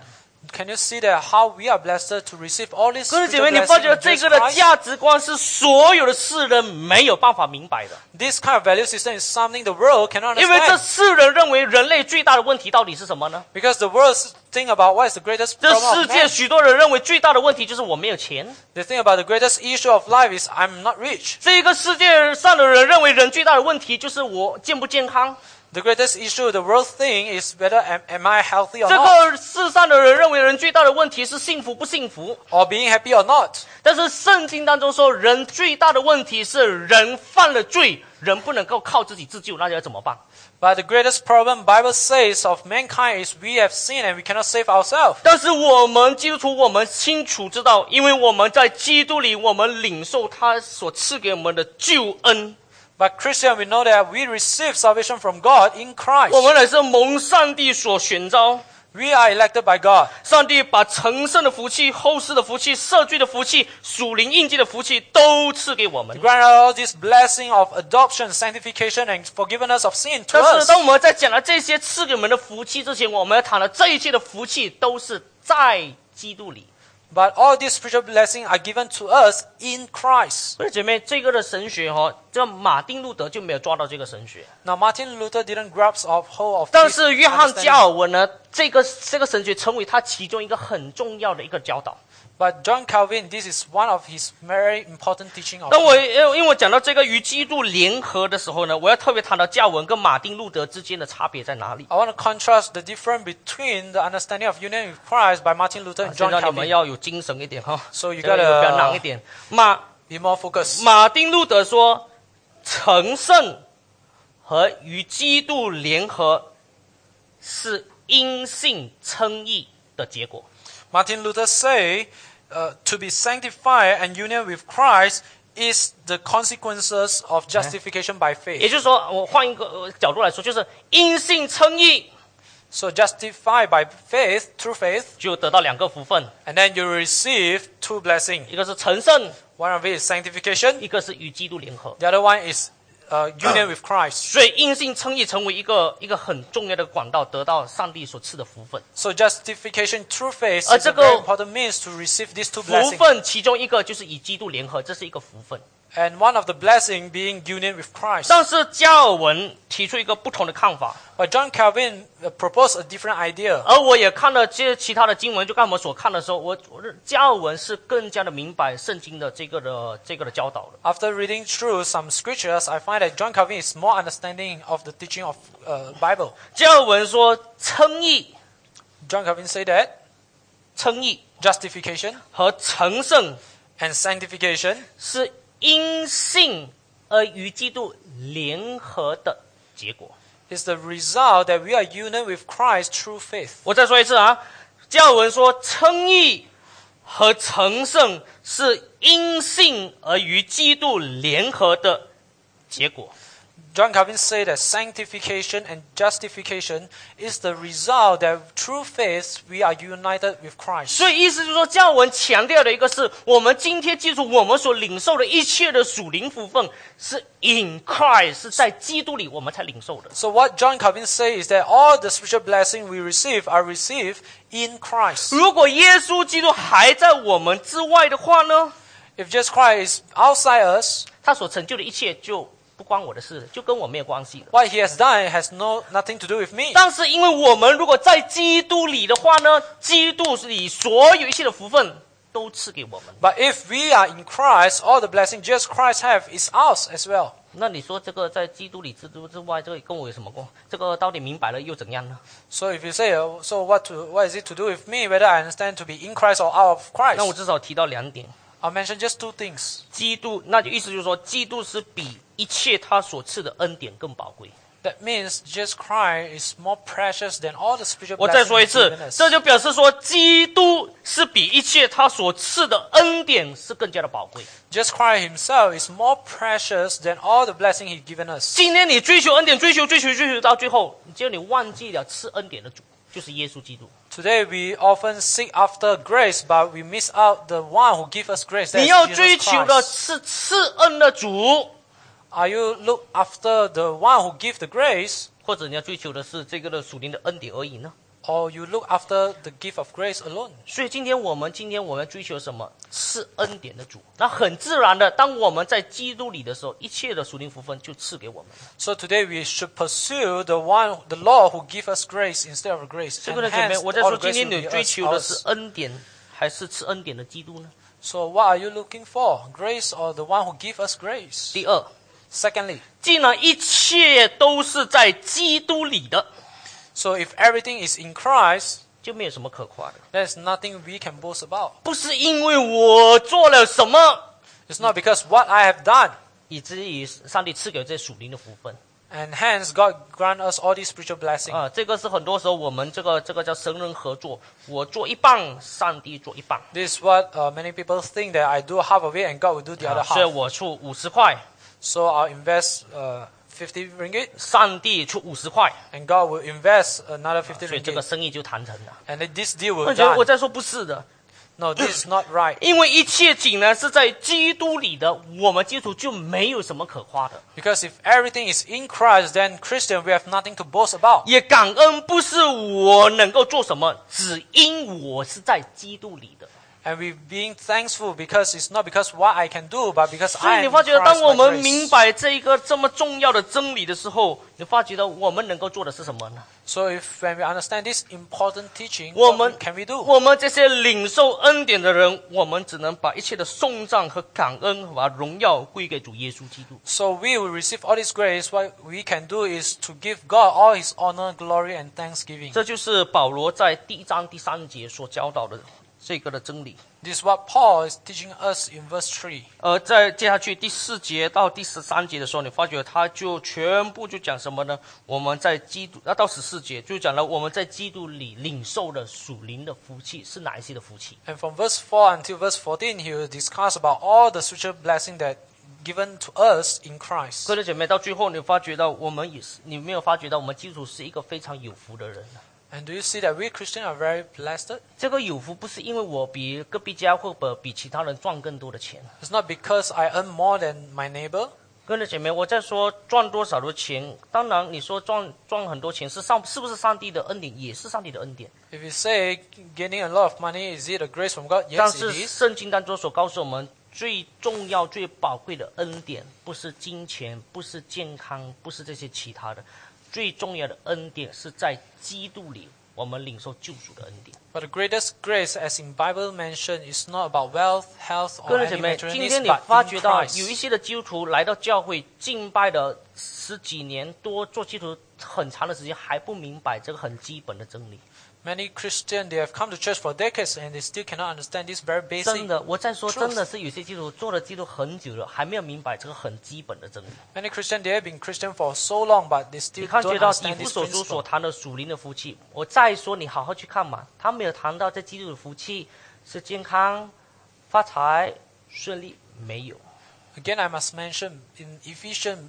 B: Can you see that how we are blessed to receive all this
A: 各位姐
B: spiritual
A: 妹，你发
B: blessing
A: 觉
B: in
A: 这
B: Jesus
A: 个的
B: Christ?
A: 价值观是所有的世人没有办法明白的，
B: This kind of value system is something the world cannot
A: 因为这
B: understand.
A: 世人认为人类最大的问题到底是什么呢？
B: Because the world think about what is the greatest
A: 这
B: problem
A: 世
B: of
A: 界
B: man.
A: 许多人认为最大的问题就是我没有钱。
B: They think about the greatest issue of life is I'm not rich.
A: 这个世界上的人认为人最大的问题就是我健不健康。
B: The greatest issue the world thing is whether am, am I healthy or
A: 这
B: not,
A: 个世上的人认为人最大的问题是幸福不幸福。
B: or being happy or not.
A: 但是圣经当中说，人最大的问题是人犯了罪，人不能够靠自己自救，那要怎么办？
B: But the greatest problem Bible says of mankind is we have sinned and we cannot save ourselves.
A: 但是我们基督徒，我们清楚知道，因为我们在基督里，我们领受他所赐给我们的救恩，
B: But Christian, we know that we receive salvation from God in Christ.
A: 我们乃是蒙上帝所选召。
B: We are elected by God.
A: 上帝把成圣的福气、后世的福气、社区的福气、属灵印记的福气都赐给我们
B: He。granted all this blessing of adoption, sanctification, and forgiveness of sin to
A: 但是，
B: us.
A: 当我们在讲到这些赐给我们的福气之前，我们要谈的这一切的福气都是在基督里。
B: But all these spiritual blessings are given to us in Christ.
A: 所以，姐妹，这个的神学哈、哦，这马丁路德就没有抓到这个神学，
B: Now, Martin Luther didn't grasp of whole of
A: 但
B: this
A: 是约翰加
B: understanding.
A: 尔文呢，这个这个神学成为他其中一个很重要的一个教导。
B: But John Calvin, this is one of his very important teaching of
A: 当我因为因为我讲到这个与基督联合的时候呢，我要特别谈到加尔文跟马丁路德之间的差别在哪里。
B: I want to contrast the difference between the understanding of union with Christ by Martin Luther and
A: 现
B: John
A: 在啊你们
B: Calvin.
A: 要有精神一点哈，
B: So you
A: 这个
B: gotta-
A: 比较难一点。马
B: Be more focused.
A: 马丁路德说，成圣和与基督联合是因信称义的结果。
B: Martin Luther say, uh, to be sanctified and union with Christ is the consequences of justification by
A: 也
B: faith.
A: 就是说，我换一个呃角度来说，就是因信称义
B: So justified by faith, through faith,
A: 就得到两个福分，
B: and then you receive two blessings.
A: 一个是成圣，
B: One of it is sanctification.
A: 一个是与基督联合。
B: The other one is uh, union with Christ.
A: 所以因信称义成为一个一个很重要的管道，得到上帝所赐的福分。
B: So justification through faith is a
A: 而这个
B: very important means to receive these two
A: 福
B: blessings.
A: 分其中一个就是与基督联合，这是一个福分。
B: And one of the blessing being union with Christ.
A: 但是加尔文提出一个不同的看法，
B: But John Calvin uh, proposed a different idea.
A: 而我也看了这其他的经文，就刚才我们所看的时候，我我认加尔文是更加的明白圣经的这个的这个的教导的。
B: After reading through some scriptures, I find that John Calvin is more understanding of the teaching of uh, Bible.
A: 加尔文说，称义、
B: John Calvin said that
A: 称义
B: justification
A: 和成圣
B: and sanctification
A: 是因信而与基督联合的结果。
B: is the result that we are united with Christ through faith.
A: 我再说一次啊，加尔文说，称义和成圣是因信而与基督联合的结果。
B: John Calvin said that sanctification and justification is the result that through faith we are united with Christ.
A: 所以意思就是说，教文强调的一个是我们今天记住我们所领受的一切的属灵福分是 in Christ，是在基督里我们才领受的。
B: So what John Calvin says is that all the spiritual blessings we receive are received in Christ.
A: 如果耶稣基督还在我们之外的话呢，
B: If just Christ is outside us,
A: 他所成就的一切就不关我的事，就跟我没有关系了。
B: what he has done has no nothing to do with me.
A: 但是因为我们如果在基督里的话呢，基督里所有一切的福分都赐给我们。
B: But if we are in Christ, all the blessing just Christ have is ours as well.
A: 那你说这个在基督里之之之外，这个跟我有什么关？这个到底明白了又怎样呢？
B: So if you say, "Oh, so what to, what is it to do with me whether I understand to be in Christ or out of
A: 那我
B: Christ?
A: 至少提到两点。
B: I'll mention just two things.
A: 基督，那就意思就是说，基督是比一切他所赐的恩典更宝贵。
B: That means just Christ is more precious than all the spiritual
A: 我再
B: blessings
A: 说一
B: given
A: 次，
B: us.
A: 这就表示说，基督是比一切他所赐的恩典是更加的宝贵。
B: Just Christ himself is more precious than all the blessing he given us.
A: 今天你追求恩典，追求追求追求到最后，只有你忘记了赐恩典的主，就是耶稣基督。
B: Today we often seek after grace, but we miss out the one who gives us grace. That
A: 你
B: is
A: 要
B: Jesus
A: 追求的
B: Christ.
A: 是赐恩的主，
B: Are you look after the one who gives the grace,
A: 或者你要追求的是这个的属灵的恩典而已呢？
B: or you look after the gift of grace alone?
A: 所以今天我们今天我们追求什么是恩典的主，那很自然的，当我们在基督里的时候，一切的属灵福分就赐给我们。
B: So today we should pursue the one, the Lord who gives us grace instead of grace.
A: 这
B: And
A: 个的姐妹，
B: hence,
A: 我在
B: all
A: 说，今
B: the grace
A: 天
B: will
A: 你
B: be
A: 追
B: us-
A: 求的是
B: ours.
A: 恩典，还是赐恩典的基督呢？
B: So what are you looking for? Grace or the one who gives us grace?
A: 第二，
B: Secondly,
A: 既然一切都是在基督里的，
B: so if everything is in Christ,
A: 就没有什么可夸的。
B: there's nothing we can boast about.
A: 不是因为我做了什么，
B: It's not because what I have done,
A: 以至于上帝赐给这属灵的福分
B: and hence God grant us all these spiritual blessings.
A: 啊，这个是很多时候我们这个这个叫神人合作，我做一半，上帝做一半。
B: This is what uh, many people think that I do half of it and God will do the other
A: 啊所以
B: half.
A: 我出五十块，
B: So I'll invest uh, 50 ringgit
A: 上帝出五十块，
B: and God will invest another 50
A: 所以这个
B: ringgit.
A: 生意就谈成了。
B: And then this deal will
A: 我觉得
B: done.
A: 我在说不是的，
B: No, this is not right.
A: 因为一切仅然是在基督里的，我们基督就没有什么可夸的。
B: Because if everything is in Christ, then Christian, we have nothing to boast about.
A: 也感恩不是我能够做什么，只因我是在基督里的。
B: And we're being thankful because it's not because what I can do, but because
A: 所以
B: I
A: 你
B: am
A: 发
B: Christ
A: 觉，当我
B: by
A: 们明
B: grace.
A: 白这一个这么重要的真理的时候，你发觉到我们能够做的是什么呢？
B: So if when we understand this important teaching,
A: 我
B: what
A: 们
B: we- can we do?
A: 我们这些领受恩典的人，我们只能把一切的颂赞和感恩，把荣耀归给主耶稣基督。
B: So we will receive all this grace. What we can do is to give God all His honor, glory, and thanksgiving.
A: 这就是保罗在第一章第三节所教导的这个的真理。
B: This is what Paul is teaching us in verse 3.
A: 呃，在接下去第四节到第十三节的时候，你发觉他就全部就讲什么呢？我们在基督，啊，到十四节就讲了我们在基督里领受的属灵的福气是哪一些的福气？
B: And from verse 4 until verse 14, he will discuss about all the spiritual blessing that given to us in Christ.
A: 各位姐妹，到最后你发觉到我们也是，你没有发觉到我们基督是一个非常有福的人。啊
B: And do you see that we Christians are very blessed?
A: 这个有福不是因为我比隔壁家或者比其他人赚更多的钱。
B: It's not because I earn more than my neighbor.
A: 各位姐妹，我在说赚多少的钱，当然你说赚赚很多钱是上是不是上帝的恩典，也是上帝的恩典。
B: If you say gaining a lot of money, is it a grace from God?
A: 但
B: Yes, it
A: 是
B: is.
A: 圣经当中所告诉我们，最重要、最宝贵的恩典，不是金钱，不是健康，不是这些其他的，最重要的恩典是在基督里，我们领受救赎的恩典。
B: But the greatest grace, as in Bible mentioned, is not about wealth, health,
A: 各
B: or
A: 位姐
B: any
A: 妹，
B: material
A: 哎今
B: needs,
A: 天你发
B: but
A: 觉
B: in
A: 到有一
B: Christ.
A: 些的基督徒来到教会敬拜的十几年多，做基督徒很长的时间，还不明白这个很基本的真理。
B: Many Christians, they have come to church for decades and they still cannot understand this very
A: 真
B: basic.
A: 的，我在说，
B: truth
A: 真的是有些基督徒做了基督徒很久了，还没有明白这个很基本的真理。
B: Many Christians, they have been Christian for so long, but they
A: 你
B: still
A: 看
B: don't
A: 觉到以
B: understand
A: 弗
B: this
A: 所书所
B: principle.
A: 谈的属灵的福气，我再说你好好去看嘛，他没有谈到在基督的福气是健康、发财、顺利，没有。
B: Again, I must mention in Ephesians,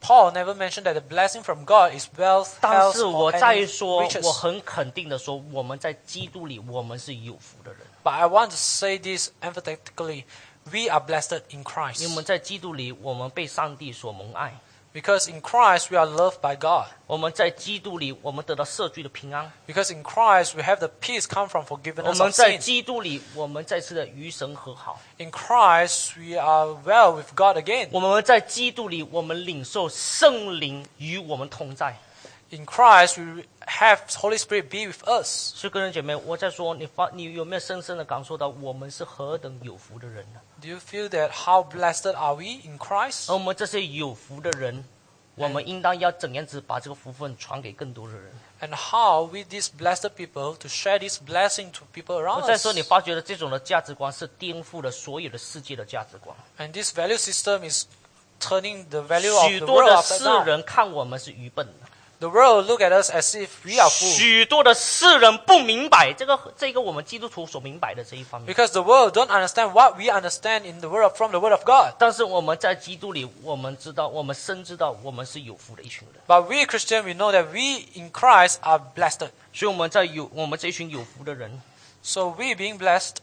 B: Paul never mentioned that the blessing from God is wealth,
A: 但
B: health,
A: 是我
B: or
A: 再
B: any
A: 说，
B: riches.
A: 我很肯定的说，我们在基督里我们是有福的人，
B: But I want to say this emphatically. We are blessed in
A: 因为我
B: Christ.
A: 们在基督里我们被上帝所蒙爱，
B: Because in Christ we are loved by God.
A: 我们在基督里我们得到赦罪的平安，
B: Because in Christ we have the peace come from
A: 我
B: forgiveness
A: 们
B: of
A: 在
B: sin.
A: 基督里我们再次的与神和好，
B: In Christ we are well with God again.
A: 我们在基督里我们领受圣灵与我们同在。
B: In Christ we have Holy Spirit be with us.
A: 所以，个人姐妹，我在说，你发，你有没有深深的感受到我们是何等有福的人呢？
B: Do you feel that how blessed are we in Christ?
A: 而我们这些有福的人，我们应当要怎样子把这个福分传给更多的人？
B: And how we these blessed people to share this blessing to people
A: 我
B: around
A: 在说，你
B: us.
A: 发觉了这种的价值观是颠覆了所有的世界的价值观。
B: And this value system is turning the value
A: 许
B: of the
A: 多
B: world
A: 的
B: upside
A: 世
B: down.
A: 人看我们是愚笨的，
B: The world look at us as if we are fools
A: 许多的世人不明白这个这个我们基督徒所明白的这一方面，
B: because the world don't understand what we understand in the word from the word of God.
A: 但是我们在基督里，我们知道，我们深知道我们是有福的一群人，
B: But we Christian, we know that we in Christ are blessed.
A: 所以我们在有我们这一群有福的人，
B: So we being blessed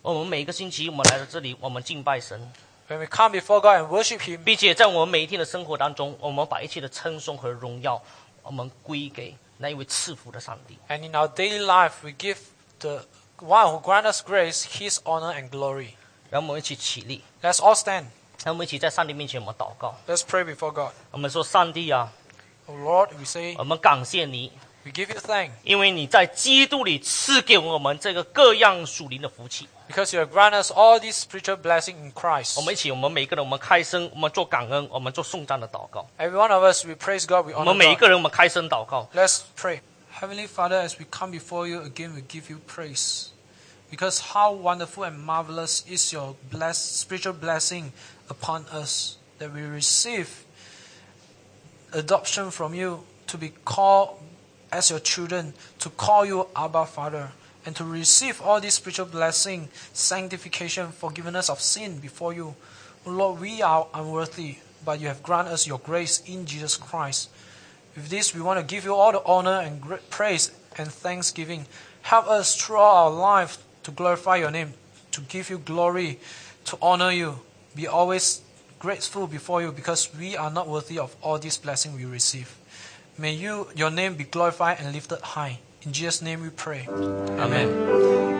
A: 我们每个星期我们来到这里，我们敬拜神，
B: when we come before God and worship Him,
A: 并且在我们每一天的生活当中，我们把一切的称颂和荣耀，我们归给那一位赐福的上帝。
B: and in our daily life we give the one who grant us grace His honor and glory.
A: 让我们一起起立，
B: Let's all stand.
A: 让我们一起在上帝面前我们祷告，
B: Let's pray before God.
A: 我们说：上帝啊，
B: Oh Lord, we say
A: 我们感谢你，
B: we give you thanks
A: 因为你在基督里赐给我们这个各样属灵的福气。
B: because you have granted us all these spiritual blessing in
A: 我
B: Christ.
A: 们一起，我们每一个人，我们开声，我们做感恩，我们做颂赞的祷告。
B: Every one of us, we praise God. We
A: 我
B: honor
A: 们每一
B: God.
A: 个人，我们开声祷告。
B: Let's pray. Heavenly Father, as we come before you again, we give you praise. Because how wonderful and marvelous is your bless, spiritual blessing upon us that we receive adoption from you to be called as your children, to call you Abba Father, and to receive all these spiritual blessing, sanctification, forgiveness of sin before you. Oh Lord, we are unworthy, but you have granted us your grace in Jesus Christ. With this, we want to give you all the honor and gr- praise and thanksgiving. Help us throughout our life to glorify your name, to give you glory, to honor you. Be always grateful before you because we are not worthy of all these blessings we receive. May you, your name be glorified and lifted high. In Jesus' name we pray. Amen.